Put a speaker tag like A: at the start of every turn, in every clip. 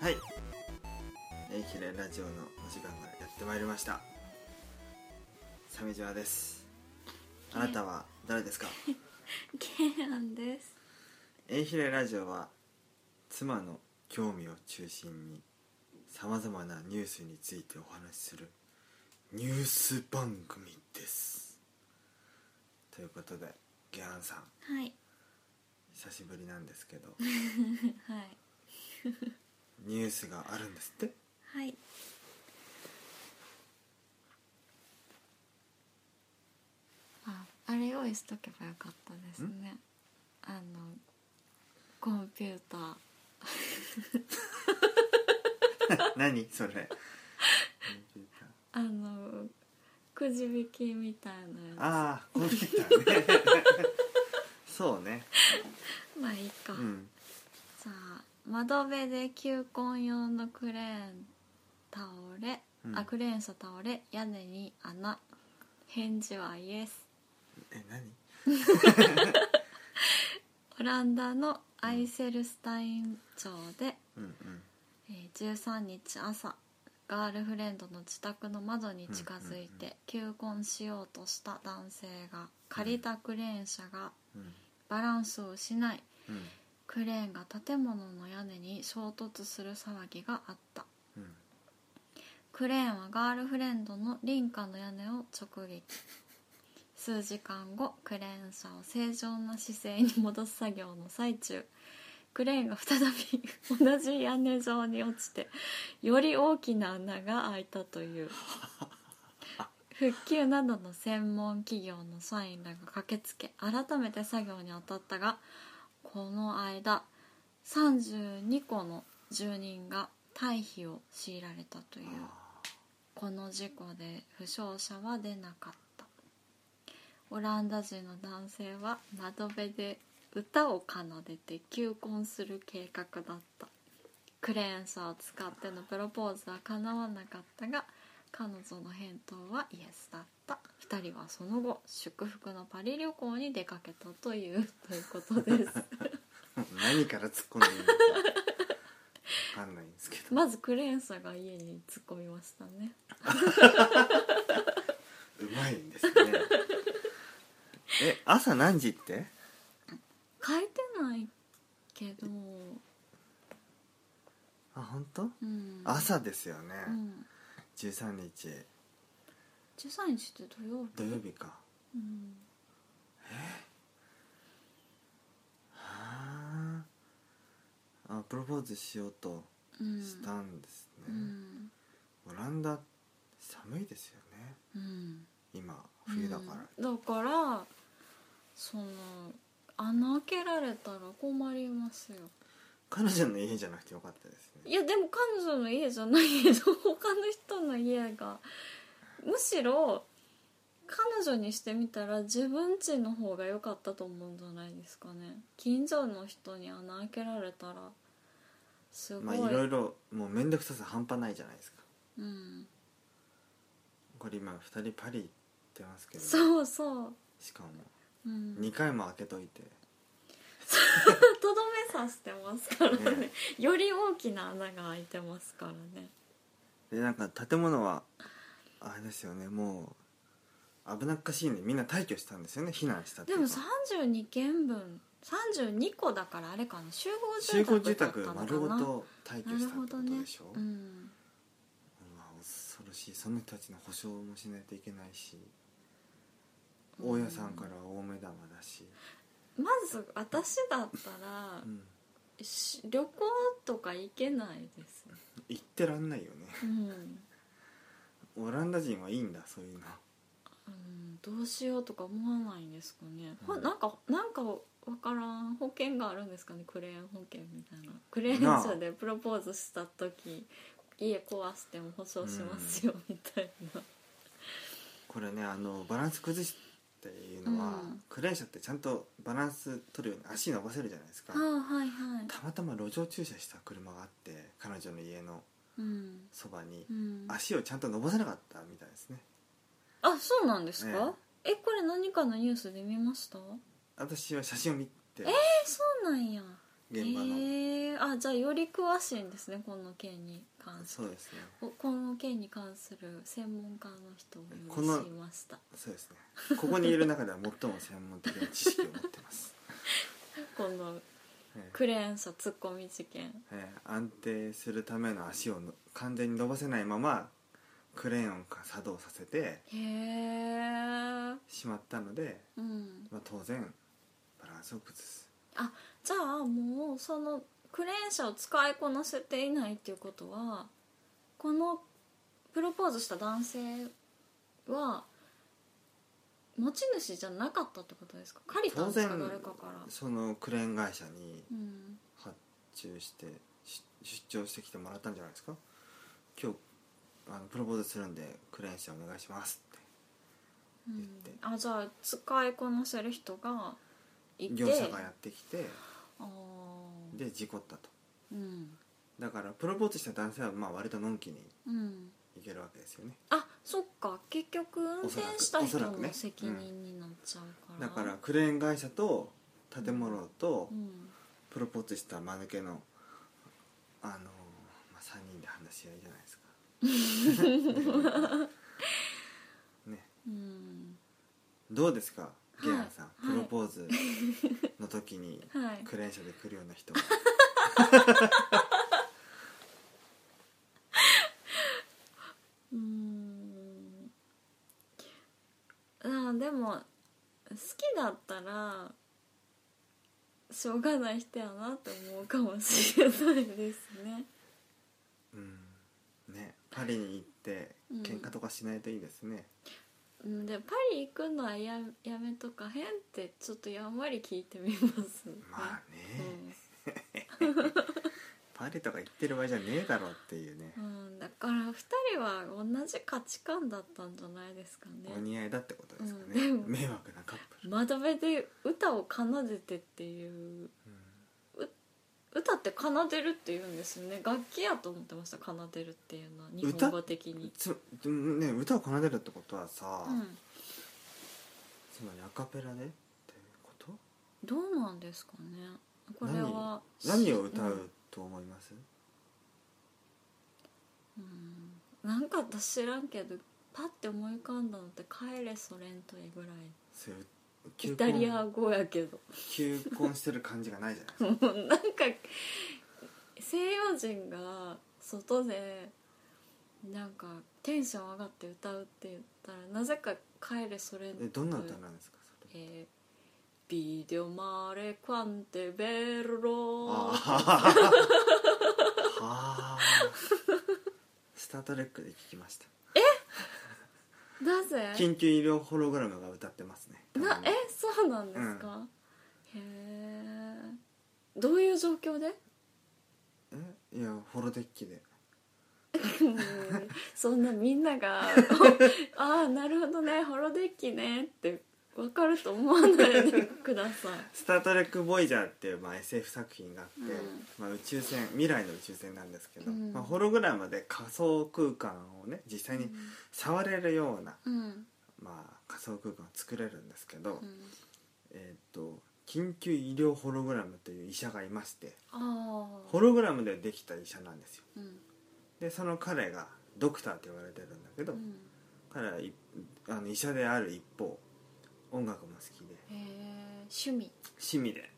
A: はい。えー、キレラジオのお時間がやってまいりました。鮫島です。あなたは誰ですか
B: ケアンです
A: えー、キレラジオは、妻の興味を中心に、さまざまなニュースについてお話しする、ニュース番組です。ということで、ゲアンさん、
B: はい
A: 久しぶりなんですけど、
B: はい
A: ニュースがあるんですって
B: はいああれ用意しとけばよかったですねあのコンピューター
A: 何それ
B: あのくじ引きみたいなや
A: ああコンピューターねそうね
B: つまあいいか、
A: うん
B: じゃあ窓辺で球根用のクレーン倒れ、
A: うん
B: あクレーン車倒れ屋根に穴返事はイエス
A: え何
B: オランダのアイセルスタイン町で、
A: うんうん
B: えー13日朝ガールフレンドの自宅の窓に近づいて求婚しようとした男性が借りたクレーン車が
A: うん
B: バランスを失い
A: うん
B: クレーンが建物の屋根に衝突する騒ぎがあった
A: うん
B: クレーンはガールフレンドの林家の屋根を直撃数時間後クレーン車を正常な姿勢に戻す作業の最中クレーンが再び同じ屋根上に落ちてより大きな穴が開いたという復旧などの専門企業の社員らが駆けつけ改めて作業に当たったがこの間32個の住人が退避を強いられたという
A: あ
B: この事故で負傷者は出なかったオランダ人の男性は窓辺で歌を奏でて求婚する計画だったクレーン車を使ってのプロポーズは叶わなかったが彼女の返答はイエスだった2人はその後祝福のパリ旅行に出かけたというということです
A: ー何から突っ込んでいいのか分かんないんですけど
B: まずクレーン車が家に突っ込みましたね
A: うまいんですねえ朝何時って
B: 書いてないけど
A: あ本当
B: うん
A: 朝ですよね、
B: うん
A: 13日
B: 13日って土曜日
A: 土曜日か
B: うん
A: はああプロポーズしようと
B: うん
A: したんですね、
B: うん
A: オランダ寒いですよね
B: うん
A: 今冬だから、
B: うんだからその穴開けられたら困りますよ
A: 彼女の家じゃなくてよかったですね
B: いやでも彼女の家じゃないけど他の人の家がむしろ彼女にしてみたら自分家の方が良かったと思うんじゃないですかね近所の人に穴開けられたらすご
A: まあ
B: い、
A: いろいろもう面倒くささ半端ないじゃないですか
B: うん、
A: これ今2人パリ行ってますけど
B: そうそう、
A: しかも
B: うん、
A: 2回も開けといて、
B: とどめさしてますからね
A: ね
B: より大きな穴が開いてますからね
A: でなんか建物はあれですよねもう危なっかしいんでみんな退去したんですよね避難したってい
B: で
A: う
B: も
A: か
B: 32軒分32個だからあれかな集
A: 集合
B: 合
A: 住
B: 住
A: 宅
B: 宅だったの
A: 丸
B: か
A: ご
B: な
A: と退去
B: な
A: し
B: る
A: たっ
B: ほ
A: て
B: ど
A: こと
B: ね
A: でしょ、
B: うん
A: うわ恐ろしいその人たちの保証もしないといけないし
B: うん
A: 大家さんからは大目玉だし、
B: まず私だったら
A: う、ん、
B: し旅行とか行けないです、
A: 行ってらんないよね
B: うん
A: オランダ人はいいんだそういうの
B: うん、どうしようとか思わないんですかね、ほ
A: うん
B: なんかなんかわからん保険があるんですかねクレーン保険みたいなクレーン車でプロポーズした時家壊しても保証しますよみたいな、
A: これねあのバランス崩しっていうのは、
B: うん
A: クレーン車ってちゃんとバランス取るように足伸ばせるじゃないですか、
B: ああはいはい
A: たまたま路上駐車した車があって彼女の家の
B: うん
A: そばに
B: うん、
A: 足をちゃんと伸ばせなかったみたいですね
B: あそうなんですか、えこれ何かのニュースで見ました
A: 私は写真を見て
B: えそうなんや
A: 現場の、
B: えー、あじゃあより詳しいんですねこの件に関して
A: そうですね
B: おこの件に関する専門家の人を
A: こ
B: 今
A: の
B: 知りました
A: そうですねここにいる中では最も専門的な知識を持ってます、
B: この
A: ええ
B: クレーン車突っ込み事件
A: ええ安定するための足をの完全に伸ばせないままクレーンを作動させて
B: へえ
A: しまったので、
B: うん
A: まあ、当然バランスを崩す
B: じゃあもうそのクレーン車を使いこなせていないっていうことはこのプロポーズした男性は持ち主じゃなかったってことですか借りたんですか
A: 当然
B: 誰かから
A: そのクレーン会社に
B: うん
A: 発注してし出張してきてもらったんじゃないですか今日あのプロポーズするんでクレーン車お願いしますって
B: うん
A: 言って
B: あじゃあ使いこなせる人がいて
A: 業者がやってきて
B: あー
A: で事故ったと
B: うん
A: だからプロポーズした男性はまあ割とのんきに
B: うん
A: いけるわけですよね
B: あそっか結局運転した人
A: おそらく
B: の
A: ね
B: 責任になっちゃうか
A: だ
B: ら
A: からクレーン会社と建物と
B: うん
A: プロポーズした間抜けのあの、まあ、3人で話し合いじゃないですか ね
B: うん
A: どうですかゲンさん、
B: い
A: プロポーズの時に
B: はい
A: クレーン車で来るような 人は
B: うーんあでも好きだったらしょうがない人やなって思うかもしれないですね
A: うんねパリに行って
B: うん
A: 喧嘩とかしないといいですね、
B: うんでパリ行くのはややめとかへんってちょっとやんわり聞いてみますね
A: まあね、パリとか行ってる場合じゃねえだろうっていうね
B: う、ん、うん、だから2人は同じ価値観だったんじゃないですか
A: お
B: ね
A: 似合いだってことですかね、
B: うん
A: 迷惑なカップル、
B: 窓辺で歌を奏でてっていう歌って奏でるって言うんですよね楽器やと思ってました奏でるっていうのは日本語的
A: うん
B: に、
A: つでもね歌を奏でるってことはさ、
B: うん、
A: つまりアカペラでってこと
B: どうなんですかねこれは
A: 何を歌うと思います、
B: うん、うんなんか私知らんけどパッて思い浮かんだのって「帰れソ連とえ」ぐらい
A: それ
B: イタリア語やけど
A: 求婚してる感じがないじゃないですか
B: もうなんか西洋人が外でなんかテンション上がって歌うって言ったらなぜか「帰れソ連と
A: え
B: え」
A: どんな歌なんですかそれ
B: えー、ビデオマレクワンテベルロ
A: ああはあスター・トレックで聞きました
B: なぜ
A: 緊急医療ホログラムが歌ってますね
B: な
A: たまに
B: えそうなんですか、へえどういう状況 で
A: えいやホロデッキで
B: うんそんなみん なが「ああなるほどねホロデッキね」って分かると思わないでください
A: 「スター・トレック・ボイジャー」っていう、まあ、SF 作品があって、
B: うん
A: まあ、宇宙船未来の宇宙船なんですけど、
B: うん
A: まあ、ホログラムで仮想空間をね実際に触れるような、
B: うん
A: まあ、仮想空間を作れるんですけど、
B: うん
A: えーっと緊急医療ホログラムという医者がいまして
B: あ
A: ホ
B: あ
A: ログラムでできた医者なんですよ
B: うん
A: でその彼がドクターと言われてるんだけ
B: う
A: ど、
B: ん
A: 彼はいあの医者である一方音楽も好きで
B: へえ趣味
A: 趣味で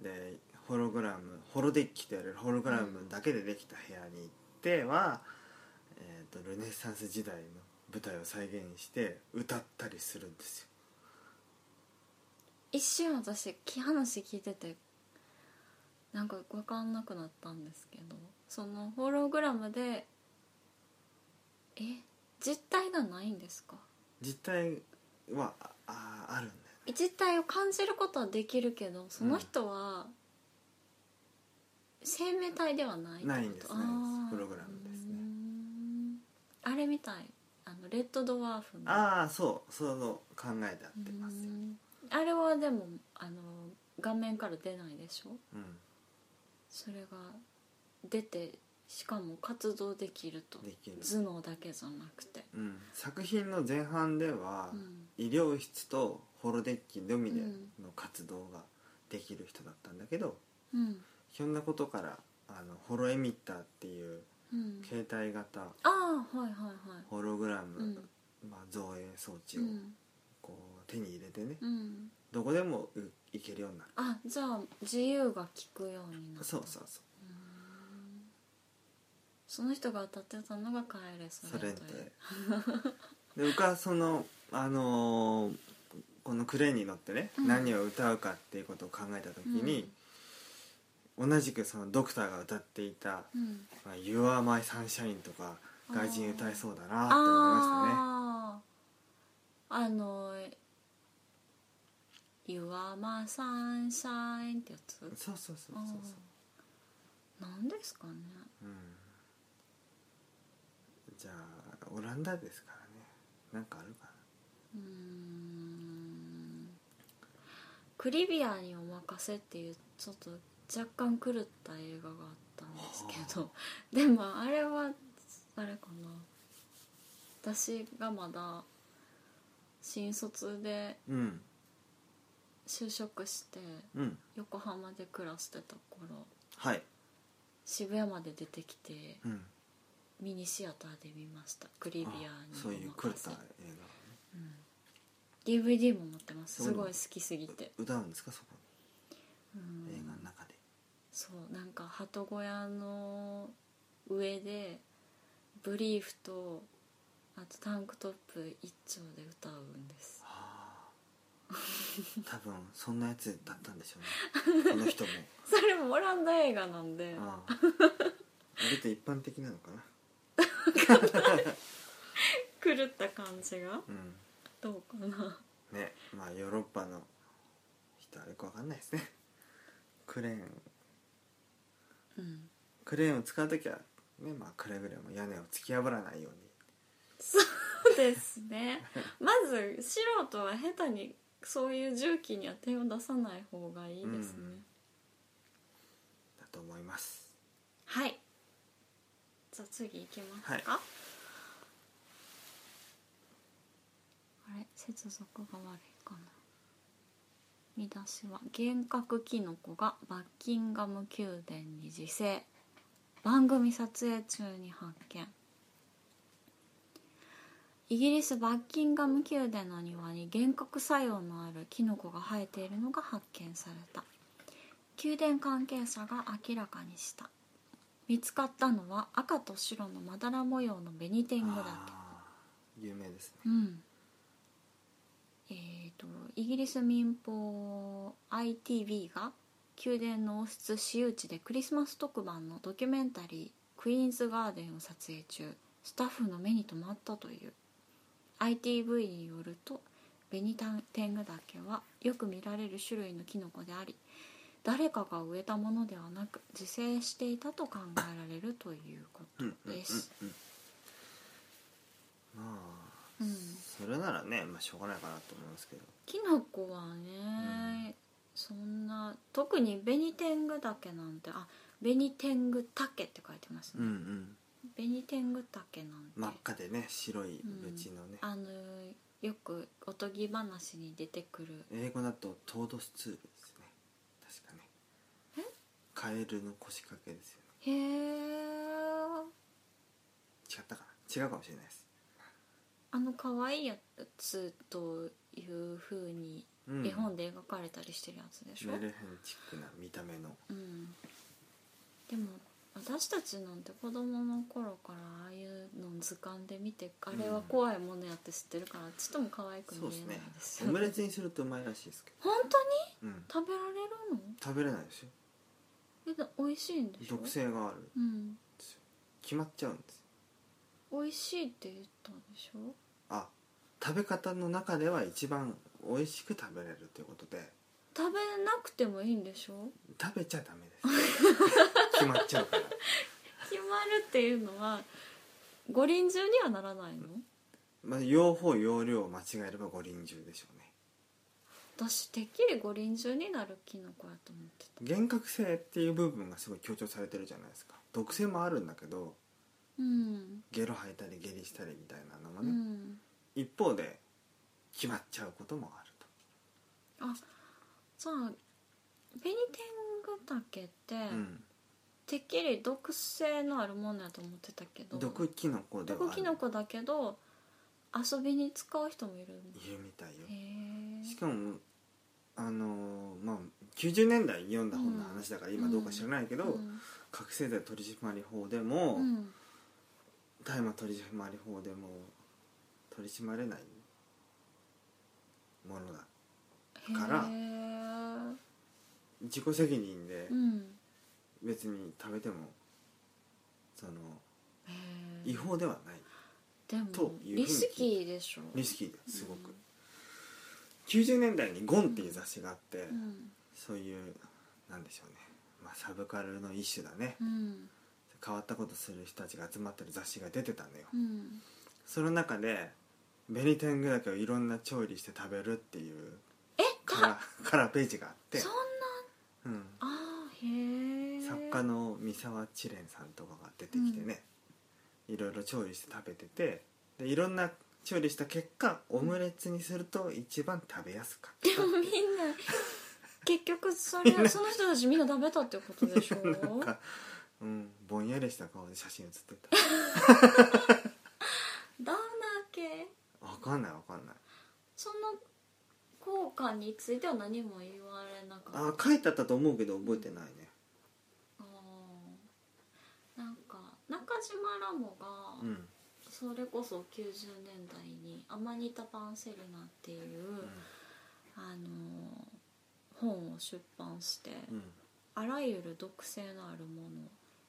A: でホログラムホロデッキとやるホログラムだけでできた部屋に行っては、えー、とルネサンス時代の舞台を再現して歌ったりするんですよ
B: 一瞬私き話聞いててなんか分かんなくなったんですけどそのホログラムでえ実体がないんですか
A: 実態はあああるんだよ
B: 実体を感じることはできるけどその人は生命体ではないってこと
A: ないんです
B: あー
A: ないんですホログラムですね
B: うーんあれみたいあのレッドドワーフの
A: ああそうその考えでや
B: う
A: ってますよ
B: ー、んあれはでもあの画面から出ないでしょ
A: うん
B: それが出てしかも活動できると
A: できる、
B: 頭脳だけじゃなくて、
A: うん、作品の前半では、
B: うん
A: 医療室とホロデッキのみで
B: うん
A: の活動ができる人だったんだけど、
B: うん
A: ひょんなことからあのホロエミッターっていう
B: うん、
A: 携帯型
B: ああはいはいはい
A: ホログラム、
B: うん
A: まあ、造影装置
B: う
A: を
B: ん、
A: こう手に入れてね、
B: うん、
A: どこでもう行けるようになる、
B: あじゃあ自由が利くようになった
A: そうそうそう
B: うーんその人が当たってたのがカエレソ
A: ソ
B: レ
A: 連
B: ン
A: で
B: という
A: で僕はそのあのーこのクレーンに乗ってね、
B: うん
A: 何を歌うかっていうことを考えた時に、同じくそのドクターが歌っていた
B: うんうん
A: 「まあ、You are my sunshine」とか外人歌えそうだなと思いましたね
B: ああーあの「You are my sunshine」ってやつ
A: そうそうそうそうそう
B: なんですかね
A: うんじゃあオランダですからねなんかあるか
B: うーんクリビアにお任せっていうちょっと若干狂った映画があったんですけどでもあれはあれかな私がまだ新卒で
A: なうん
B: 就職して
A: うん
B: 横浜で暮らしてた頃
A: はい
B: 渋谷まで出てきて
A: うん
B: ミニシアターで見ましたクリビアに
A: あそういう
B: お
A: 狂っ
B: 任せ
A: た映画
B: うん、DVD も持ってます
A: そ
B: す
A: うなの
B: ごい好きすぎて、
A: 歌うんですかそこ
B: うん
A: の映画の中で
B: そうなんか鳩小屋の上でブリーフとあとタンクトップ一丁で歌うんです
A: はあ多分そんなやつだったんでしょうねこの 人も
B: それもオランダ映画なんで
A: ああ割と一般的なのかな
B: 狂った感じが
A: うん
B: どうかな
A: ねまあヨーロッパの人はよくわかんないですねクレーン
B: うん
A: クレーンを使う時はねまあくれぐれも屋根を突き破らないように
B: そうですねまず素人は下手にそういう重機には手を出さない方がいいですね、
A: うんだと思います
B: はいじゃあ次行きますか、あれ接続が悪いかな見出しは「幻覚キノコがバッキンガム宮殿に自生」番組撮影中に発見イギリスバッキンガム宮殿の庭に幻覚作用のあるキノコが生えているのが発見された宮殿関係者が明らかにした見つかったのは赤と白のまだら模様の紅天狗だった
A: ああ有名ですね
B: うんえー、とイギリス民放 ITV が宮殿の王室私有地でクリスマス特番のドキュメンタリー「クイーンズガーデン」を撮影中スタッフの目に留まったという ITV によるとベニテングダケはよく見られる種類のキノコであり誰かが植えたものではなく自生していたと考えられるというこ
A: うんうん
B: とです。
A: うんうんまあ
B: うん
A: それならね、まあ、しょうがないかなと思うんですけど
B: きなこはね、そんな特に紅天狗だけなんてあ紅天狗竹って書いてます
A: うんう
B: ね、
A: ん
B: 紅天狗竹なんて、
A: 真っ赤でね白いブチのね、
B: あのよくおとぎ話に出てくる
A: 英語だとトードスツールですね確かね
B: え
A: カエルの腰掛けですよね
B: へえ
A: 違ったかな違うかもしれないです、
B: あの可愛いやつというふうに
A: うん、
B: 絵本で描かれたりしてるやつでしょ、
A: メルヘンチックな見た目の
B: うん、でも私たちなんて子供の頃からああいうのを図鑑で見てあれは怖いものやって知ってるからちっとも可愛く見
A: そうで
B: え
A: す
B: ない
A: ね
B: です
A: オ
B: よ、
A: ムレツにするとうまいらしいですけ
B: 本当に
A: ど、うん、
B: 食べられるの
A: 食べれないですよ
B: えで美味しいんでしょ
A: 毒性がある
B: うん
A: 決まっちゃうんです
B: 美味しいって言ったんでしょ
A: あ食べ方の中では一番美味しく食べれるということで
B: 食べなくてもいいんでしょ
A: 食べちゃダメです 決まっちゃうから
B: 決まるっていうのは五輪中にはならないの
A: まあ、用法用量を間違えれば五輪中でしょうね
B: 私てっきり五輪中になるキノコやと思ってた
A: 幻覚性っていう部分がすごい強調されてるじゃないですか毒性もあるんだけど
B: うん
A: ゲロ吐いたり下痢したりみたいなのも
B: う
A: ね、
B: ん
A: 一方で決まっちゃうこともあると
B: あじゃあベニテングタケって、
A: うん、
B: てっきり毒性のあるものやと思ってたけど
A: 毒キノコではあ
B: 毒
A: る
B: キノコだけど遊びに使う人もいるんだ
A: いるみたいよ
B: へえ
A: しかもあのーまあ90年代に読んだ本の話だから今どうか知らないけど、
B: うん
A: 覚醒剤取締法でも
B: うん
A: 大麻、取締法でも取り締まれないものだから
B: へえ
A: 自己責任で
B: うん
A: 別に食べてもその
B: へえ
A: 違法ではない
B: で
A: という
B: も
A: ふうに
B: リスキーでしょ
A: リスキーですごく90年代に「ゴン」っていう雑誌があって
B: うん
A: そういうなんでしょうねまあサブカルの一種だね
B: うん
A: 変わったことする人たちが集まってる雑誌が出てたんだよ
B: うん
A: その中でベニテングダケをいろんな調理して食べるっていう
B: え
A: カ
B: か
A: ラーカラーページがあって
B: そんな
A: うん
B: あーへえ
A: 作家の三沢知蓮さんとかが出てきてね、いろいろ調理して食べててでいろんな調理した結果オムレツにすると一番食べやすかっ
B: で
A: た
B: もみん な結局それ
A: みんな
B: その人たちみんな食べたってことでしょ
A: なんか、うん、ぼんやりした顔で写真写ってた
B: ダウナー系
A: わかんないわかんない
B: その効果については何も言われなか
A: あ
B: った
A: 書いてあったと思うけど覚えてないね
B: あーなんか中島ラモが、
A: うん、
B: それこそ90年代に「アマニタ・パンセリナ」っていう、あのー本を出版して、
A: うんうん
B: あらゆる毒性のあるもの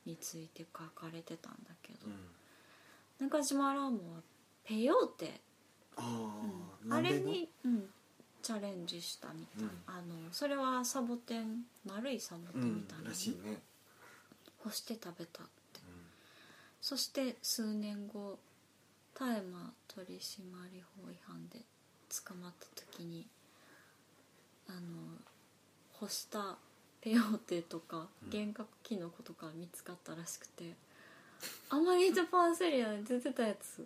B: について書かれてたんだけど、
A: うん
B: 中島ラモはペヨーテ
A: ああ、
B: うん
A: な
B: あ
A: んで
B: れ
A: の
B: に、うん、チャレンジしたみたい、あのそれはサボテン丸いサボ
A: う
B: テンみ
A: ん
B: たいな、
A: らしいね、
B: 干して食べたってそして数年後大麻取締法違反で捕まった時にあの干したペヨーテとか
A: うん
B: 幻覚キノコとか見つかったらしくて、あまりジャパンセリアで出てたやつ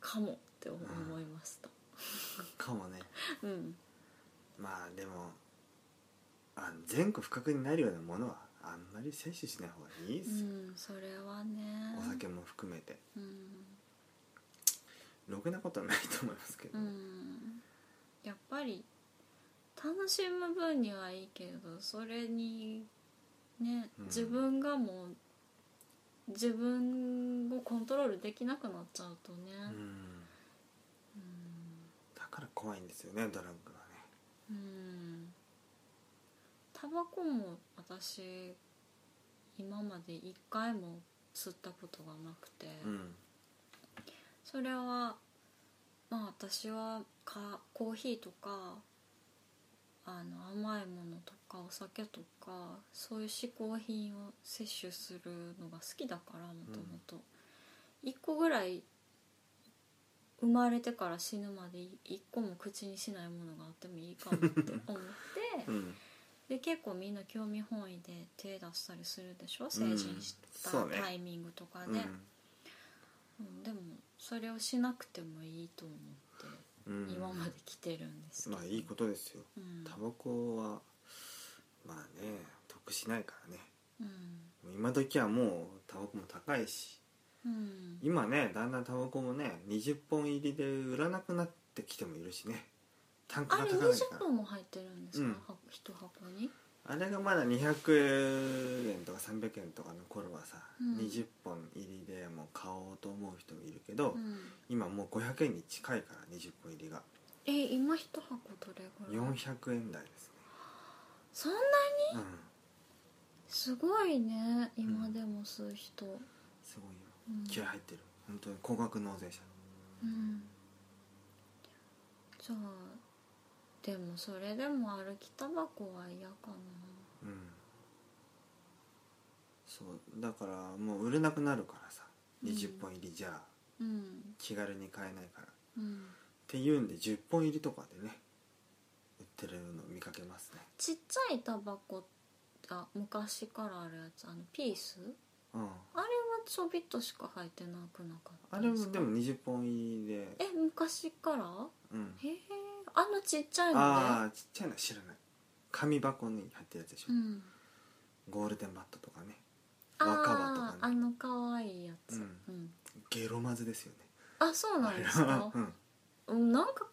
B: かもって思
A: うん
B: いました、
A: うん、かもね
B: うん
A: まあでもあ全国不覚になるようなものはあんまり摂取しない方がいいで
B: う
A: すよ、
B: ん、それはね
A: お酒も含めて
B: うん、
A: ろくなことはないと思いますけど、
B: うん、やっぱり楽しむ分にはいいけどそれにね
A: うん
B: 自分がもう自分をコントロールできなくなっちゃうとね、
A: うん
B: うん
A: だから怖いんですよねドラッグはね
B: うんタバコも私今まで一回も吸ったことがなくて、
A: うん
B: それはまあ私はかコーヒーとかあの甘いものとかお酒とかそういう嗜好品を摂取するのが好きだからもともと1個ぐらい生まれてから死ぬまで1個も口にしないものがあってもいいかもって 思って
A: うん
B: で結構みんな興味本位で手出したりするでしょ成人し
A: そ
B: た
A: うね
B: タイミングとか
A: うん
B: ね。うん、でもそれをしなくてもいいと思
A: うん
B: って今まで来てるんですけど、
A: まあいいことですよ
B: うん
A: タバコはまあね得しないからね
B: うん
A: 今時はもうタバコも高いし
B: うん
A: 今ねだんだんタバコもね20本入りで売らなくなってきてもいるしね単価
B: あ
A: が
B: れ
A: 高い
B: 20
A: から
B: 本も入ってるんですか、
A: うん
B: 箱一箱に
A: あれがまだ200円とか300円とかの頃はさ、
B: うん
A: 20本入りでもう買おうと思う人もいるけど、
B: うん
A: 今もう500円に近いから20本入りが
B: え今一箱どれぐらい
A: 400円台です
B: そんな
A: ねうん
B: すごいね今
A: うん
B: でも吸う人、
A: すごいよ
B: うん
A: 気合入ってる本当に高額納税者
B: うんじゃあでもそれでも歩きタバコは嫌かな
A: うんそうだからもう売れなくなるからさ20本入りじゃあ
B: うん
A: 気軽に買えないから
B: うん
A: っていうんで10本入りとかでね売ってるの見かけますね
B: ちっちゃいタバコあ昔からあるやつあのピース
A: うん
B: あれはちょびっとしか履いてなくなかった
A: あれ
B: ん
A: も
B: すか
A: でも20本入りで
B: え昔から
A: うん
B: へえあのちっちゃいの
A: ああちっちゃいのは知らない紙箱に貼ってるやつでしょ、
B: でうん
A: ゴールデンバットとかね
B: あ
A: 若葉とか
B: あ
A: ね
B: あの可愛いや
A: う
B: つうんん
A: ゲロマズですよね
B: あそうなんですか
A: うん
B: うんなんか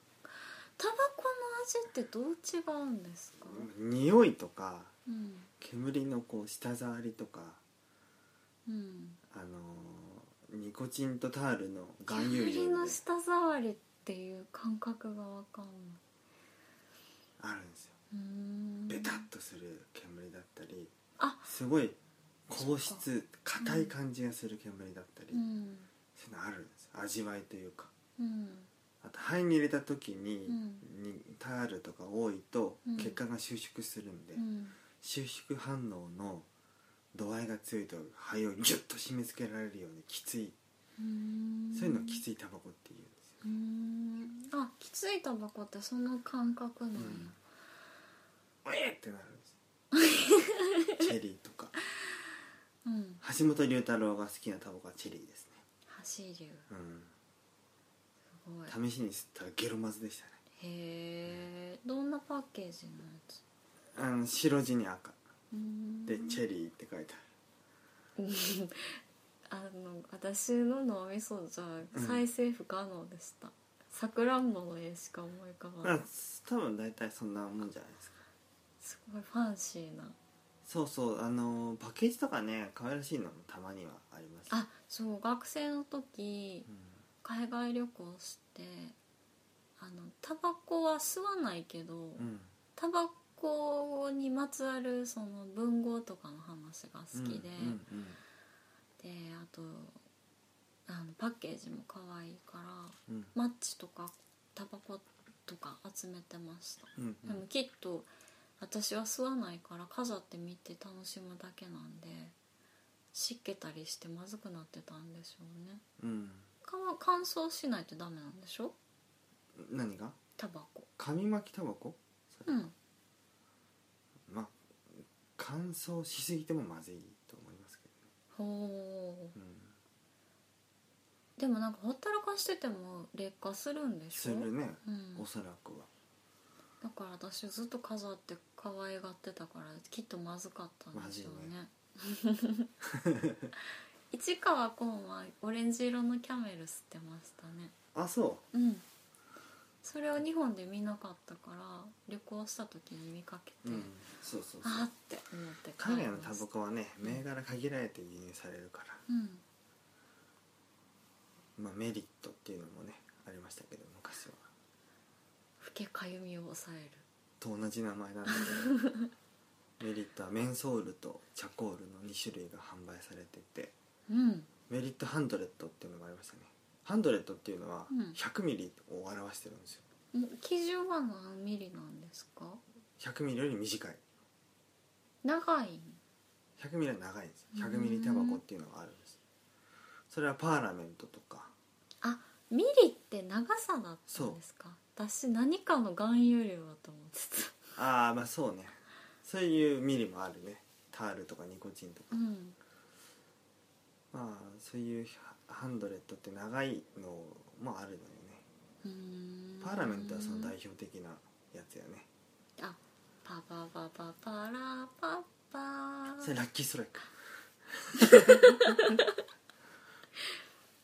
B: タバコの味ってどう違うんですか
A: 匂いとか
B: うん
A: 煙のこう舌触りとか
B: うん
A: あのーニコチンとタールの含有
B: 煙
A: 量
B: の
A: で
B: 舌触りっていう感覚がわかんない
A: あるんですよ
B: うーん
A: ベタッとする煙だったり
B: あ
A: すごい硬質硬い感じがする煙だったり、
B: うん
A: そういうのあるんですよ味わいというか
B: うん
A: あと肺に入れた時に,、
B: うん
A: にタールとか多いと
B: うん
A: 血管が収縮するんで、
B: うん
A: 収縮反応の度合いが強いと肺をギュッと締め付けられるようにきつい、
B: うん
A: そういうのをきついタバコっていうんですよ
B: うーんあきついタバコってその感覚なんや、
A: うえってなるんですチェリーと か
B: うん
A: 橋本龍太郎が好きなタバコはチェリーです
B: 走るす
A: ね、
B: ごいへ
A: うん、試しに吸ったらゲロマズでしたね
B: えどんなパッケージのやつ
A: あの白地に赤
B: うーん
A: でチェリーって書いて
B: あの私の脳みそじゃ
A: うん
B: 再生不可能でしたさくらんぼの絵しか思い浮か
A: ある、
B: ばな
A: まあ、
B: い
A: 多分大体そんなもんじゃないですか
B: すごいファンシーな
A: そうそうあのパッケージとかね可愛らしいのもたまにはあります
B: あそう学生の時
A: うん
B: 海外旅行してあのタバコは吸わないけど、
A: うん
B: タバコにまつわるその文豪とかの話が好きで、
A: うんうん
B: であとあのパッケージも可愛いから
A: うん
B: マッチとかタバコとか集めてました、
A: うんう
B: でも
A: ん
B: きっと私は吸わないから飾って見て楽しむだけなんで湿気たりしてまずくなってたんでしょうね
A: うん
B: かわ乾燥しないとダメなんでしょ
A: 何が
B: タバコ
A: 紙巻きタバコそれ
B: うん
A: まあ乾燥しすぎてもまずいと思いますけ
B: ほう
A: どね、うん
B: でもなんかほったらかしてても劣化するんでし
A: す
B: ょ
A: るね、
B: うん、
A: おそらくは
B: だから私ずっと飾って可愛がってたからきっとまずかったんでしょうね 市川紺はオレンジ色のキャメル吸ってましたね
A: あそ
B: うんそれを日本で見なかったから旅行した時に見かけ
A: う、
B: て、
A: うん、そうそうそ
B: あー
A: う
B: って思って
A: 海外のタ
B: た
A: バコはね銘柄限られて輸入されるから、
B: うん
A: まあ、メリットっていうのもねありましたけど昔は
B: 老けかゆみを抑える
A: と同じ名前なんだけどメリットはメンソールとチャコールの2種類が販売されてて
B: うん
A: メリットハンドレットっていうのがありましたねハンドレットっていうのは
B: うん
A: 100ミリを表してるんですよ
B: もう基準は何ミリなんですか
A: 100ミリより短い
B: 長い
A: 100ミリは長いんですよ100ミリタバコっていうのがあるんですそれはパーラメントとか
B: ミリって長さだったんですか私何かの含有量だと思ってた
A: ああまあそうねそういうミリもあるねタールとかニコチンとか
B: うん
A: まあそういうハハンドレットって長いのもあるのよね
B: うーん
A: パーラメントはその代表的なやつやね
B: あパパパパパラパパ
A: それラッキーストライク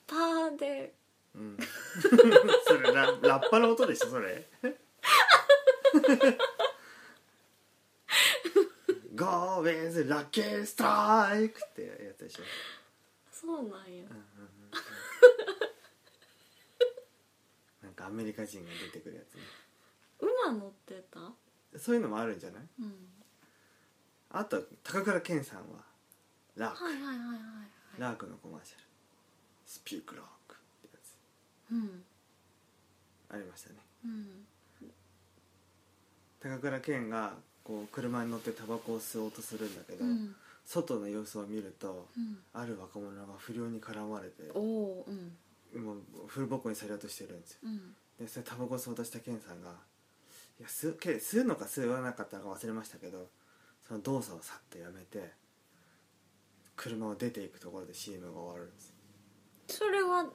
B: パーで
A: うん それララッパの音でしょそ れゴーベーズラッキーストライクってやつでしょ
B: そうなんや
A: うんうんうんうんなんかアメリカ人が出てくるやつね
B: 馬乗ってた
A: そういうのもあるんじゃない
B: うん
A: あと高倉健さんはラーク、
B: はいはいはいはいはい
A: ラークのコマーシャルスピークラークってやつ
B: うん
A: ありましたね
B: うん
A: 高倉健がこう車に乗ってタバコを吸おうとするんだけど、
B: うん
A: 外の様子を見ると
B: うん
A: ある若者が不良に絡まれて
B: おおーうん
A: もうフルボコにされようとしてるんですよ
B: うん
A: でそれタバコ吸おうとした健さんがいや吸うけ吸うのか吸わなかったのか忘れましたけどその動作をさっとやめて車を出ていくところで CM が終わるんです
B: それは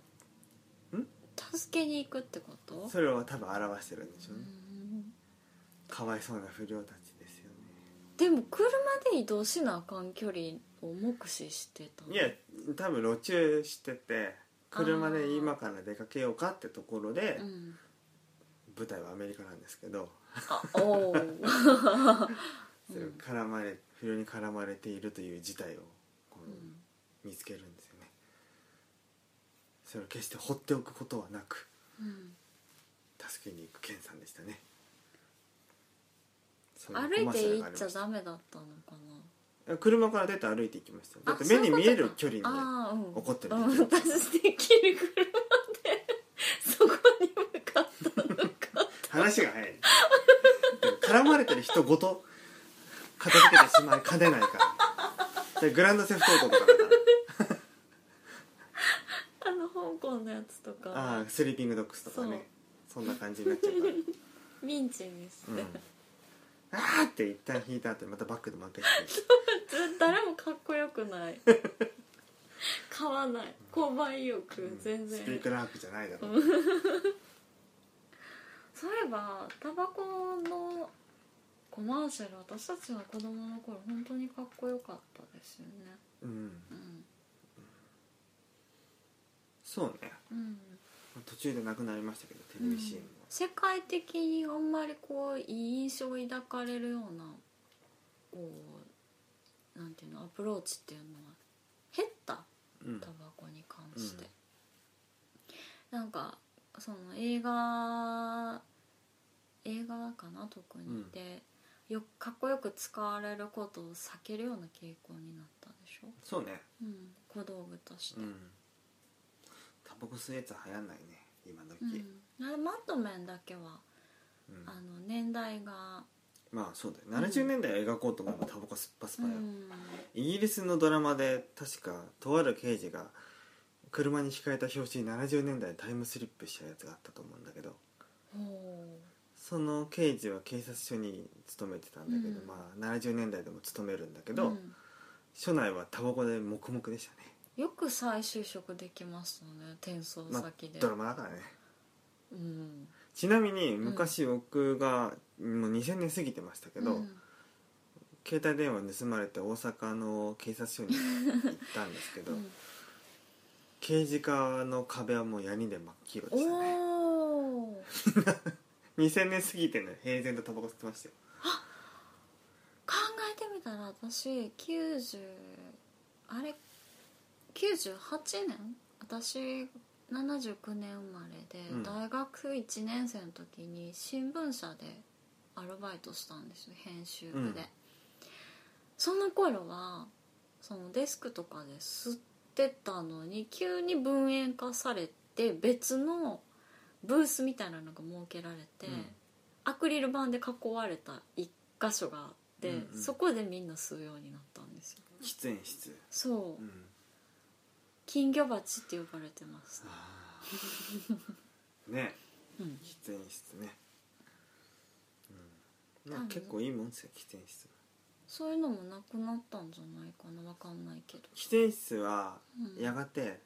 B: 助けに行くってこと
A: それを多分表してるんでしょう
B: う
A: ね
B: ん
A: かわいそうな不良たちですよね
B: でも車で移動しなあかん距離を目視してた
A: いや多分路中してて車で今から出かけようかってところで
B: うん
A: 舞台はアメリカなんですけど
B: あおー
A: それを絡まれ不良に絡まれているという事態をこ
B: う
A: うん見つけるんですよねそれを決して放っておくことはなく
B: うん
A: 助けに行くケンさんでしたねそうう
B: 歩
A: コ
B: い
A: マー
B: て
A: シャル
B: 行
A: があり
B: っ
A: ま
B: ちゃ
A: した
B: ダメだったのか
A: 車から出て歩いていきました
B: な
A: だって目に見える距離に
B: あそういうこ
A: 怒って
B: と
A: るん
B: かあ
A: で
B: ー、うん、
A: すよ
B: うん、私できる車でそこに向かったのか
A: 話が早いでも絡まれてる人ごと片付けてしまいかねないからでグランドセフトオートとかだから
B: あの香港のやつと
A: あ
B: か
A: あスリーピングドッグスとかねそんな感じになっちゃうから
B: ミンチにして、
A: うんあーって一旦引いた後にまたバックで負けて
B: 誰もかっこよくない買わない購買意欲全然
A: スピークラークじゃないだろう、
B: そういえばタバコのコマーシャル私たちが子供の頃本当にかっこよかったですよね
A: うん、
B: うん
A: そうね
B: うん
A: 途中でなくなりましたけどテレビ CM は、
B: 世界的にあんまりこういい印象を抱かれるようなこうなんていうのアプローチっていうのは減った
A: うん
B: タバコに関して、なんかその映画映画かな特にで、よかっこよく使われることを避けるような傾向になったでしょ、
A: そうね
B: うん、小道具として、
A: うんタバコ吸うやつは流行んないね今時、
B: うんあれマットメンだけは、
A: うん
B: あの年代が、
A: まあそうだよ70年代を描こうと思えばタバコスッパス
B: う
A: パよ、
B: ん、
A: イギリスのドラマで確かとある刑事が車にひかれた拍子に70年代にタイムスリップしちゃうやつがあったと思うんだけど
B: ほ
A: その刑事は警察署に勤めてたんだけど、
B: うん
A: まあ70年代でも勤めるんだけ
B: う
A: ど、
B: うん
A: 署内はタバコで黙々でしたね
B: よく再就職できますよね転送
A: まあ
B: 先で、
A: ドラマだからね
B: うん
A: ちなみに昔僕が、もう2000年過ぎてましたけど、
B: うん
A: 携帯電話盗まれて大阪の警察署に行ったんですけど、
B: うん
A: 刑事課の壁はもう闇で真っ黄色でしたね
B: おお
A: 2000年過ぎてね平然とタバコ吸ってましたよ
B: 考えてみたら私90あれ98年私79年生まれで、
A: うん
B: 大学1年生の時に新聞社でアルバイトしたんですよ編集部で、
A: うん
B: その頃はそのデスクとかで吸ってたのに急に分煙化されて別のブースみたいなのが設けられて、
A: うん
B: アクリル板で囲われた一箇所があって、
A: うんうん
B: そこでみんな吸うようになったんですよ
A: 喫煙室
B: そう、
A: うん
B: 金魚鉢って呼ばれてます、
A: あーね
B: うん、
A: 喫煙室ね、うん、まあ
B: 多分
A: 結構いいもんですよ喫煙室
B: そういうのもなくなったんじゃないかなわかんないけど、
A: 喫煙室は
B: うん、
A: やがて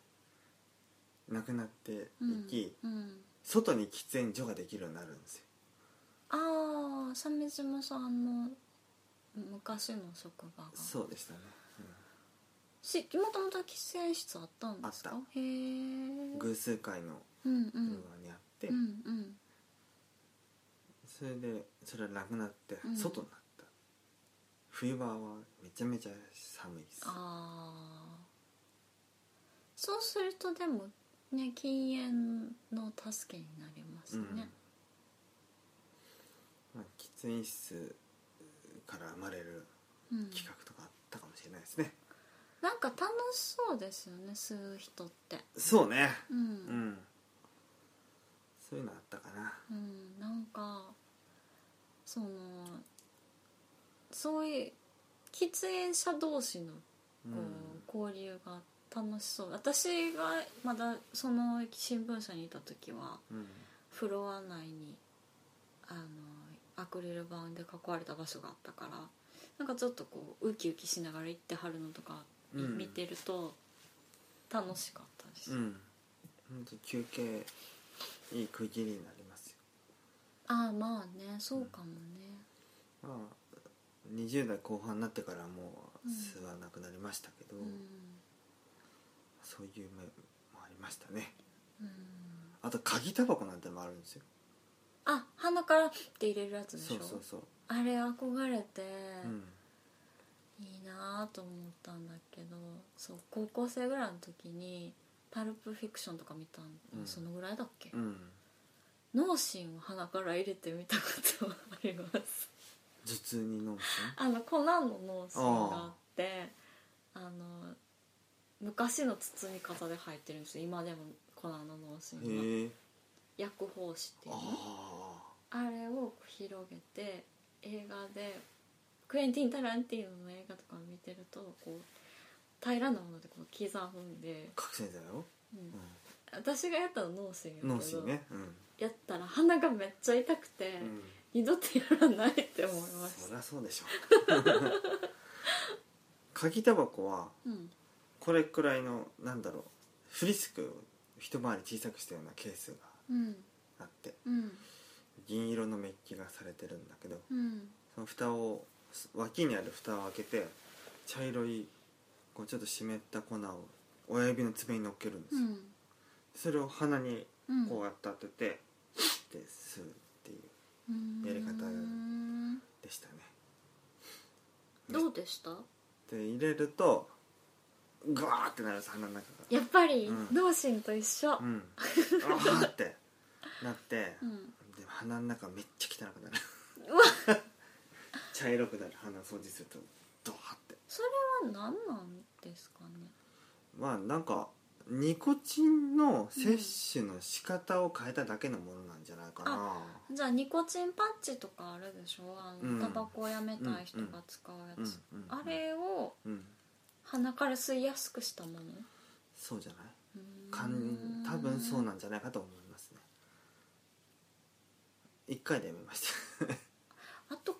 A: なくなっていき、
B: うんうん、
A: 外に喫煙所ができるようになるんですよ
B: ああ鮫島さんの昔の職場が
A: そうでしたね、
B: しもともとは喫煙室あったんですか
A: あっ
B: へえ
A: うん、偶数会の
B: うん
A: フ
B: う
A: ロ
B: ん
A: アにあって、
B: うんうん
A: それでそれはなくなって
B: うん
A: 外になった、冬場はめちゃめちゃ寒いです
B: あーそうするとでもね禁煙の助けになります
A: うん
B: ね、
A: まあ、喫煙室から生まれる
B: うん
A: 企画とかあったかもしれないですね、
B: なんか楽しそうですよね吸う人って
A: そうね
B: うん、
A: うん、そういうのあったかな
B: うんなんかそのそういう喫煙者同士の
A: うん
B: こう、交流が楽しそう私がまだその新聞社にいた時は
A: うん
B: フロア内にあのアクリル板で囲われた場所があったからなんかちょっとこうウキウキしながら行ってはるのとか
A: うん
B: 見てると楽しかったです、
A: うん本当休憩いい区切りになりますよ
B: ああまあねそうかもね、
A: まあ20代後半になってからもう
B: うん
A: 吸わなくなりましたけど、
B: うん
A: そういう面もありましたね
B: うん、
A: あと鍵タバコなんてのもあるんですよ
B: あ鼻からって入れるやつでし
A: そ
B: ょ
A: うそうそう、
B: あれ憧れて、
A: うん、
B: いいなぁと思ったんだけどそう高校生ぐらいの時に「パルプ・フィクション」とか見たの、
A: うん
B: そのぐらいだっけ、
A: うん
B: 脳心を鼻から入れてみたことはあります
A: 頭痛に飲むしね
B: あのコナンの脳心があってあの昔の包み方で入ってるんですよ今でもコナンの脳心が
A: へえ
B: 薬包紙っていうの
A: あ
B: あれをこう広げて映画でクエンティン・タランティーノの映画とかを見てるとこう平らなものでこう刻んで、
A: あ覚醒剤よ、
B: うん
A: う
B: 私がやったの脳死やけ
A: ん、
B: ど
A: 脳死ねうん、
B: やったら鼻がめっちゃ痛くて、
A: うん
B: 二度とやらないって思いまし
A: そり
B: た
A: ゃそうでしょ 鍵タバコは
B: うん
A: これくらいのなんだろうフリスクを一回り小さくしたようなケースが
B: うん
A: あって
B: うん
A: 銀色のメッキがされてるんだけど
B: うん
A: その蓋を脇にある蓋を開けて茶色いこうちょっと湿った粉を親指の爪に乗っけるんです
B: う
A: よ、
B: ん
A: それを鼻に
B: うん
A: こうやって当てて、で吸うっていうやり方
B: うん
A: でしたね
B: どうでした
A: で入れるとガーってなるんです鼻の中が
B: やっぱり
A: うん
B: 脳心と一緒
A: うんああってなって、
B: うん
A: で鼻の中めっちゃ汚くなる
B: うわ
A: 茶色くなる鼻掃除するとドワって
B: それは何なんですかね
A: まあなんかニコチンの摂取の仕方を変えただけのものなんじゃないかな、
B: じゃあニコチンパッチとかあるでしょあ
A: うん
B: のタバコをやめたい人が使う
A: う
B: や
A: ん
B: つ、
A: うん、
B: あれを
A: うん
B: 鼻から吸いやすくしたもの
A: そうじゃないか
B: か
A: ん多分そう
B: な
A: なんじゃないかと思いますね一回でやめました
B: あと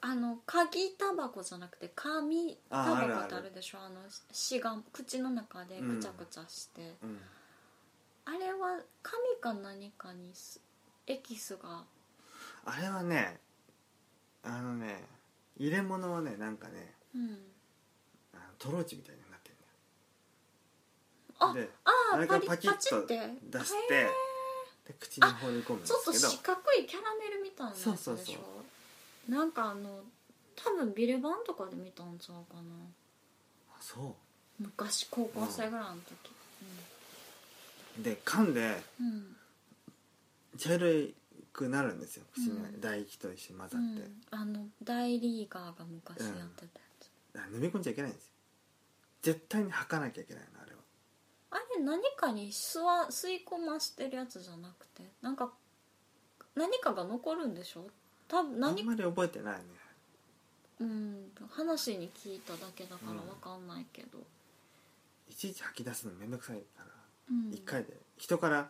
B: あの鍵タバコじゃなくて紙
A: あ
B: タバ
A: ある
B: コ
A: あ
B: っ
A: る
B: てあるでしょあのしが口の中で
A: うん
B: ぐちゃぐちゃして、
A: うん
B: あれは紙か何かにすエキスが
A: あれはねあのね入れ物はねなんかね
B: うん
A: あのトローチみたいになってる
B: あ
A: んだよであ
B: あ
A: れ
B: ー
A: が
B: パリ
A: パ
B: パ
A: キ
B: チ
A: ッ
B: っ
A: と
B: て
A: 出し
B: へ
A: て
B: ー
A: で口に放り込むんで
B: ちょっと
A: す
B: 四
A: けど
B: 角いキャラメルみたいなやつでし
A: そ
B: ょ
A: うそうそ
B: なんかあの多分ビレバンとかで見たんちゃうかな
A: あそ
B: 昔高校生ぐらいの時
A: うで噛んで
B: うん、うん
A: 茶色くなるんですよ口の中
B: う
A: に
B: ん
A: 唾液と一緒に混ざ
B: う
A: っ
B: ん
A: て、
B: あの大リーガーが昔やってたやつ、
A: あ飲み込んじゃいけないんですよ絶対に吐かなきゃいけないのあれは
B: あれ何かに吸わ吸い込ましてるやつじゃなくてなんか何かが残るんでしょ多分
A: あん
B: 何
A: まり覚えてないね
B: うん話に聞いただけだからわかんないけど、
A: いちいち吐き出すのめんどくさいから
B: うん
A: 一、回で人から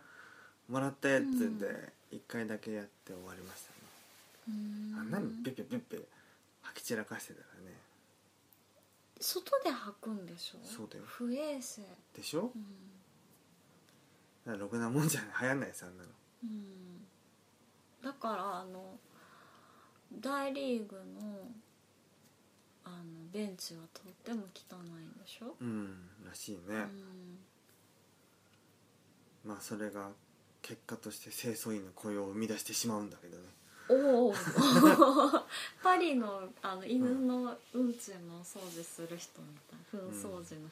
A: もらったやつで
B: うん
A: 一回だけやって終わりましたね、
B: うん
A: あんなにピュピュピュピュ吐き散らかしてたらね
B: 外で吐くんでしょ
A: そうだよ
B: 不衛生
A: でしょ
B: うん
A: だからろくなもんじゃない流行んないですあんなの
B: うんだからあの大リーグのあのベンチはとっても汚いんでしょ、
A: うんらしいね、
B: うん、
A: まあそれが結果として清掃員の雇用を生み出してしまうんだけどね
B: おおパリのあの犬のうんちのお掃除する人みたい糞掃除の人み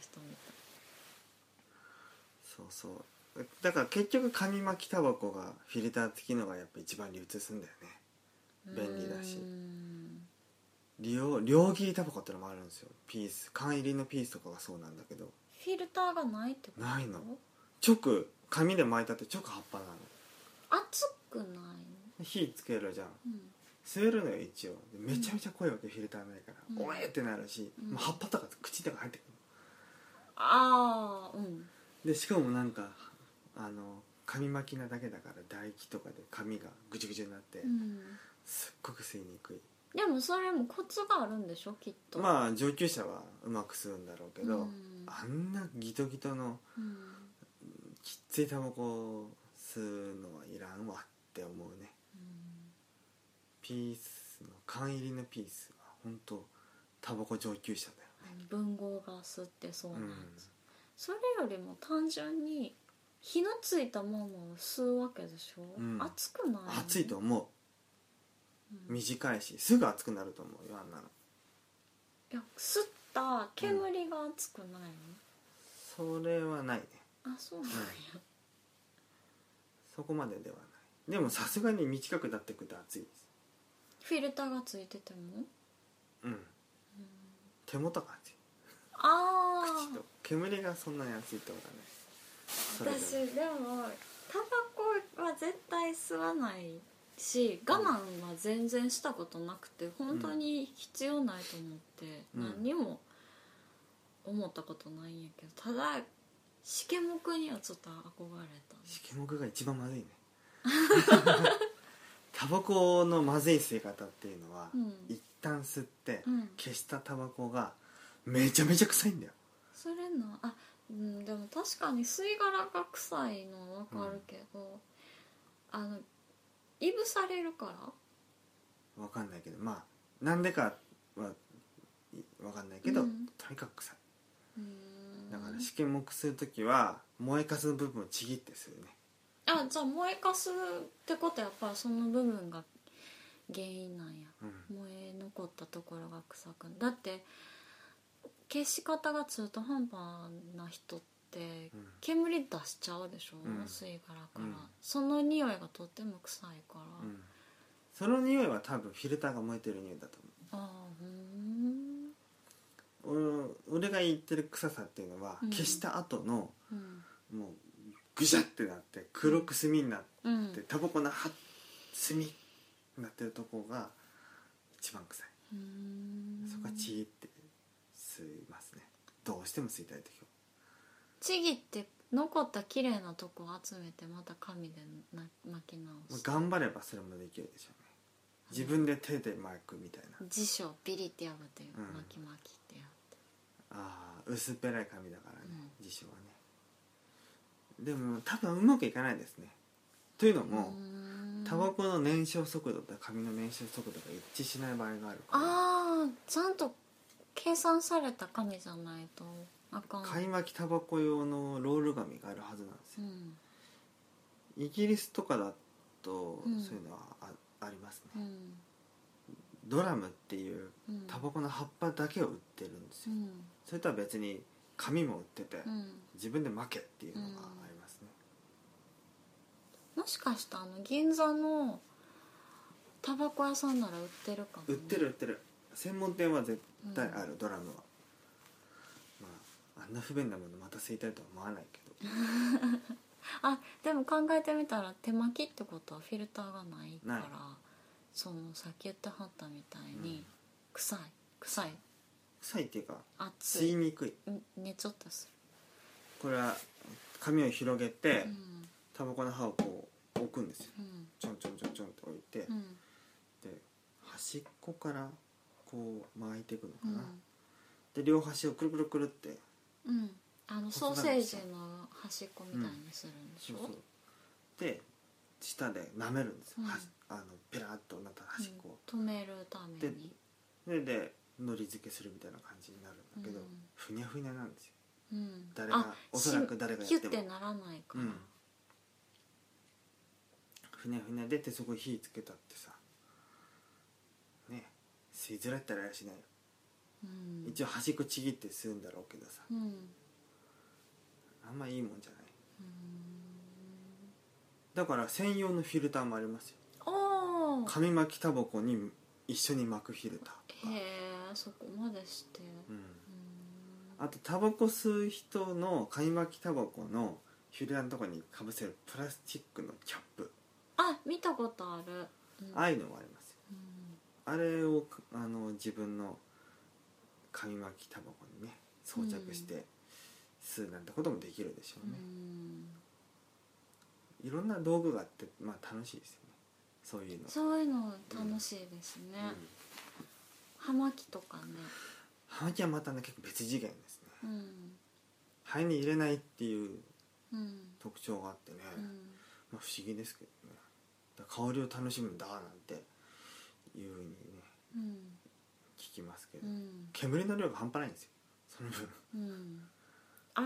A: そうそうだから結局紙巻きタバコがフィルター付きのがやっぱ一番流通するんだよね
B: たい、
A: 便利だし
B: うん
A: 利用両切りタバコってのもあるんですよピース缶入りのピースとかがそうなんだけど
B: フィルターがないってこと
A: ないの直紙で巻いたって直葉っぱなの
B: 熱くないの、
A: 火つけるじゃん
B: うん
A: 吸えるのよ一応でめちゃめちゃ濃いわけフィルターないから、
B: うん
A: おえってなるし、
B: うん
A: もう葉っぱとか口とか入ってく
B: ああうん
A: るでしかもなんかあの紙巻きなだけだから唾液とかで紙がぐちゅぐちゅになって、
B: うん
A: すっごく吸いにくい
B: でもそれもコツがあるんでしょきっとあ
A: まあ上級者はうまくするんだろうけど、
B: うん
A: あんなギトギトの
B: うん
A: きっついタバコを吸うのはいらんわって思うね
B: うん
A: ピースの缶入りのピースは本当タバコ上級者だよ
B: あの文豪が吸ってそうなやつ、
A: う
B: それよりも単純に火のついたものを吸うわけでしょ、
A: うん
B: 熱くないの
A: 暑いと思
B: う
A: う
B: ん
A: 短いしすぐ暑くなると思うよあんなの
B: いや吸った煙が熱くないの、
A: それはないね
B: あそうなんや、
A: そこまでではないでもさすがに短くなってくると暑いです
B: フィルターがついてても、
A: うん
B: うん
A: 手元が暑い
B: ああ
A: 口と煙がそんなに暑いってことはないそれでも
B: 私でもタバコは絶対吸わないし我慢は全然したことなくて本当に必要ないと思って、
A: うん
B: 何にも思ったことないんやけどただしけもくにはちょっと憧れたね
A: シケモクが一番まずい ねタバコのまずい吸い方っていうのは、
B: うん
A: 一旦吸って、
B: うん
A: 消したタバコがめちゃめちゃ臭いんだよ
B: それなあ、うん、でも確かに吸い殻が臭いのはわかるけど、あのいぶされるから
A: わかんないけどまあなんでかはいわかんないけど、
B: うん
A: とにかく臭いう
B: ーん
A: だからシケモクする時は燃えかすの部分をちぎって吸うね
B: あじゃあ燃えかすってことはやっぱりその部分が原因なんや
A: うん
B: 燃え残ったところが臭くだって消し方が中途半端な人って
A: うん
B: 煙出しちゃうでしょ、
A: うん
B: 吸い殻から、
A: うん
B: その匂いがとっても臭いから、
A: うんその匂いは多分フィルターが燃えてる匂いだと
B: ああふーん
A: 思う俺俺が言ってる臭さっていうのは、
B: うん
A: 消した後の
B: うん
A: もうぐしゃってなって黒く炭になっ
B: うん
A: てタバコのは炭になってるとこが一番臭いそこはちぎって吸いますねどうしても吸いたい時は
B: ちぎって残った綺麗なとこ集めてまた紙でな巻き直
A: もう
B: す
A: 頑張ればそれもできるでしょうね自分で手で巻くみたいな
B: 辞書をビリって破って
A: うん
B: 巻き巻きってやって、
A: ああ薄っぺらい紙だからね
B: う
A: 辞書はねでも多分うまくいかないですねというの
B: うー
A: も
B: ん
A: タバコの燃焼速度と紙の燃焼速度が一致しない場合があるから
B: ああちゃんと計算された紙じゃないとあかん
A: 買い巻きタバコ用のロール紙があるはずなんです
B: う
A: よ
B: ん
A: イギリスとかだと
B: うん
A: そういうのはあ,、あります
B: う
A: ね
B: ん
A: ドラムっていう
B: うん
A: タバコの葉っぱだけを売ってるんです
B: う
A: よ、
B: ん
A: それとは別に紙も売ってて、
B: うん
A: 自分で巻けっていうのがありますね、
B: もしかしたらあの銀座のタバコ屋さんなら売ってるかも
A: 売
B: ね、
A: ってる売ってる専門店は絶対ある、ドラムはまああんな不便なものまた吸いたいとは思わないけど
B: あでも考えてみたら手巻きってことはフィルターがないから
A: ない
B: そのさっき言ってはったみたいに、
A: うん
B: 臭い臭い
A: 臭いっていうか
B: 熱
A: 吸い
B: い
A: にくい
B: うんねちょっとす
A: これは紙を広げて、
B: るうん
A: タバコの葉をこう置くんですよ
B: うん
A: ちょんちょんちょんちょんって置いて、
B: うん
A: で端っこからこう巻いていくのか
B: う
A: な、
B: ん
A: で両端をくるくるくるって
B: うんあのソー
A: 細
B: セ
A: 長
B: ー
A: い
B: ジの端っこみたいにするんでし
A: そう
B: ょ、
A: そうで舌で舐めるんですよ、
B: うん
A: はしあのペラッとなった端っこを、
B: うん止めるために
A: それでのり付けするみたいな感じになるんだけど、
B: うん
A: ふにゃふにゃなんですよ
B: うん
A: 誰が
B: あ
A: おそらく誰がやっても
B: ヒュッてならないから、
A: うんふにゃふにゃでってそこ火つけたってさね吸いづらいったらやしないよ、
B: うん
A: 一応端っこちぎって吸うんだろうけどさ
B: うん
A: あんまいいもんじゃない
B: うん
A: だから専用のフィルターもありますよ
B: おー
A: 紙巻きタバコに一緒に巻くフィルターとか
B: へえそこまでして
A: うん
B: うん
A: あとタバコ吸う人の紙巻きタバコのフィルターのとこにかぶせるプラスチックのキャップ
B: あ見たことある、うん
A: ああいうのもありますよ
B: うん
A: あれをあの自分の紙巻きタバコにね装着して吸うなんてこともできるでしょ
B: う
A: うね、
B: ん
A: いろんな道具があってまあ楽しいですよねそういうの
B: そういうの楽しいですね、
A: うん
B: 葉巻とかね
A: 葉巻はまたね結構別次元ですね
B: うん
A: 肺に入れないっていう
B: うん
A: 特徴があってね、
B: うん
A: まあ不思議ですけどねだから香りを楽しむんだなんていうふうにね
B: うん
A: 聞きますけど、
B: うん
A: 煙の量が半端ないんですよその分
B: うん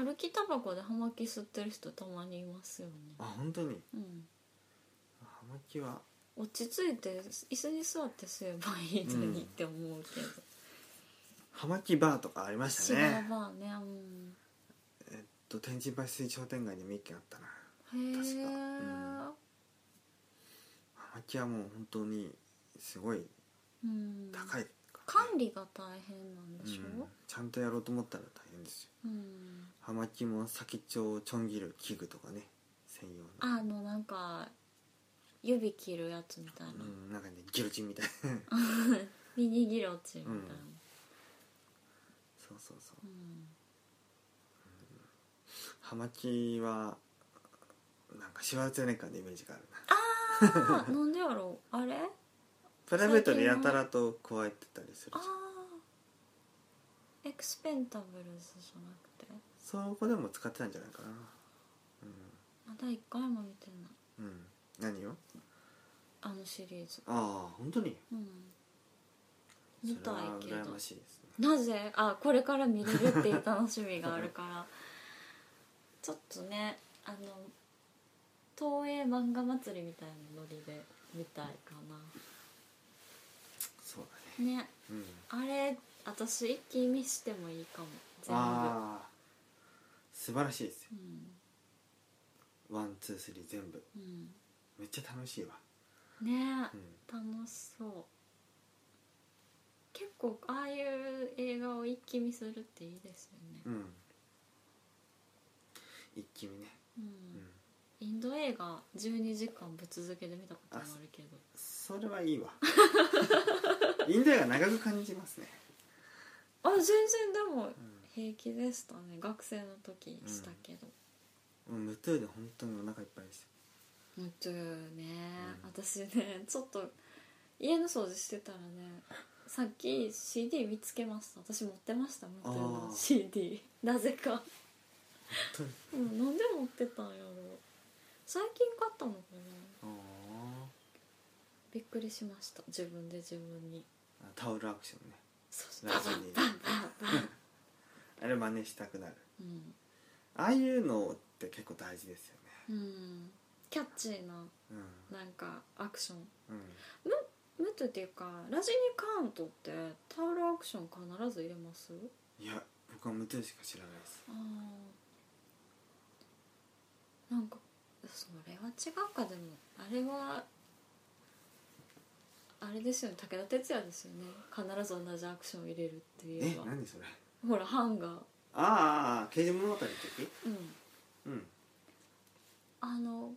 B: 歩きタバコで葉巻吸ってる人たまにいますよね
A: あ本当に
B: うん
A: 葉巻は
B: 落ち着いて椅子に座って吸えばいいのに
A: うん
B: って思うけど、
A: 葉巻バーとかありました
B: 違う
A: ね
B: バーねうん
A: えっと天神橋水商店街にも一軒あったな
B: へ
A: 確
B: え
A: か葉巻はもう本当にすごい
B: うん
A: 高いからね、
B: 管理が大変なんでし
A: うん
B: ょ、
A: ちゃんとやろうと思ったら大変ですよ
B: うん
A: 葉巻も先っちょをちょん切る器具とかね専用の
B: あのなんか指切るやつみたいな、
A: うん、なんかねギロチンみたいな
B: ミニギロチンみたいな、
A: そうそうそう
B: うん
A: 葉巻はなんかシュワルツェネッカーのイメージがあるな
B: あなんでやろうあれ
A: プライベートでやたらと加えてたりする
B: あ
A: じゃん
B: ーエクスペンタブルズじゃなくて
A: そこでも使ってたんじゃないかな
B: まだ一回も見てない
A: うん、うん、何を
B: あのシリーズ
A: ああ本当に
B: うん見たい
A: そ
B: け
A: れは
B: ど
A: 羨ましいですね
B: なぜあこれから見れるっていう楽しみがあるから ちょっとねあの東映漫画祭りみたいなノリで見たいか
A: そうだね
B: なね
A: うん
B: あれ私一気見してもいいかも全部
A: ああ素晴らしいですよワンツースリー全部
B: うん、
A: めっちゃ楽しいわ
B: うん、ね
A: うん
B: 楽しそう結構ああいう映画を一気見するっていいですよ
A: う
B: ね、
A: ん一気見ね
B: うん
A: うん
B: インド映画12時間ぶっ続けで見たこともあるけど
A: それはいい わインド映画長く感じますね、
B: あ全然でも
A: う
B: 平気でしたね学生の時したけど、
A: ん、もう無糖で本当にお腹いっぱいです
B: もうちょいね、
A: うん
B: 私ねちょっと家の掃除してたらねさっき CD 見つけました私持ってました持ってるの
A: あー
B: CD なぜか
A: 本
B: うんなんで持ってたんやろ最近買ったのかな
A: 当に
B: びっくりしました自分で自分に
A: あータオルアクションね
B: そうそう
A: ラジに
B: バンバンバン
A: あれ真似したくなる
B: うん
A: ああいうのって結構大事ですよ
B: うんキャッチーな
A: ね
B: なんかアクション
A: うん、うん、
B: ムットっていうかラジニカウントってタオルアクション必ず入れます
A: いや僕は無糖しか知らないです
B: あーなんかそれは違うかでもあれはあれですよね武田鉄矢ですよね必ず同じアクションを入れるってい
A: え
B: えば
A: 何それ
B: ほらハンガー
A: あーあーあー刑事物語の時
B: うん
A: うん
B: あの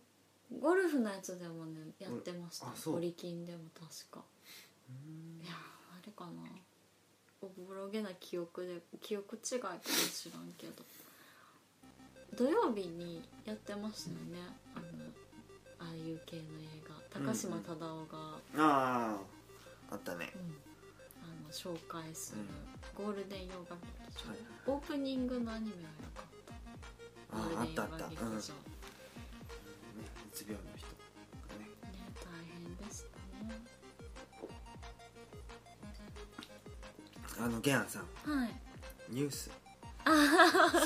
B: ゴルフのやつでもねやってました
A: あそう
B: オリキンでも確かいやーあれかなおぼろげな記憶で記憶違いかも知らんけど土曜日にやってましたよねあのああいう系の映画高島忠夫が、
A: あああったね
B: あの紹介するゴールデン洋画劇場、
A: はい
B: オープニングのアニメは良かった
A: あ
B: ゴ
A: ーあ
B: ー
A: っ
B: ルデ
A: たあ
B: ン洋
A: った
B: 画
A: うん、ね
B: 劇場、ね、
A: うつ病の人がね
B: 大変でした
A: あのゲアンさん
B: ねはい
A: ニュースす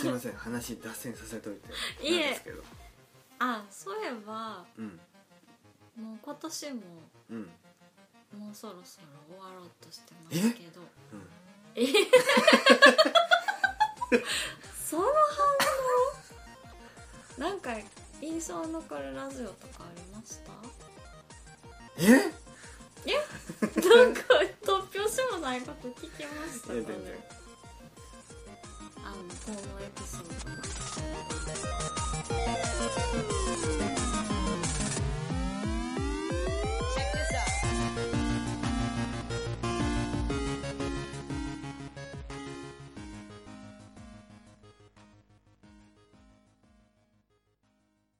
A: いません話脱線させといて
B: いえ
A: なんですけど
B: あそういえば
A: うん
B: もう今年も
A: うんう ん
B: もうそろそろ終わろうとしてますけどその反応 なんか印象に残るラジオとかありました
A: えいや
B: なんか突拍子もないこと聞きましたかね
A: 全然
B: あのこのエピソー
A: 「
B: ド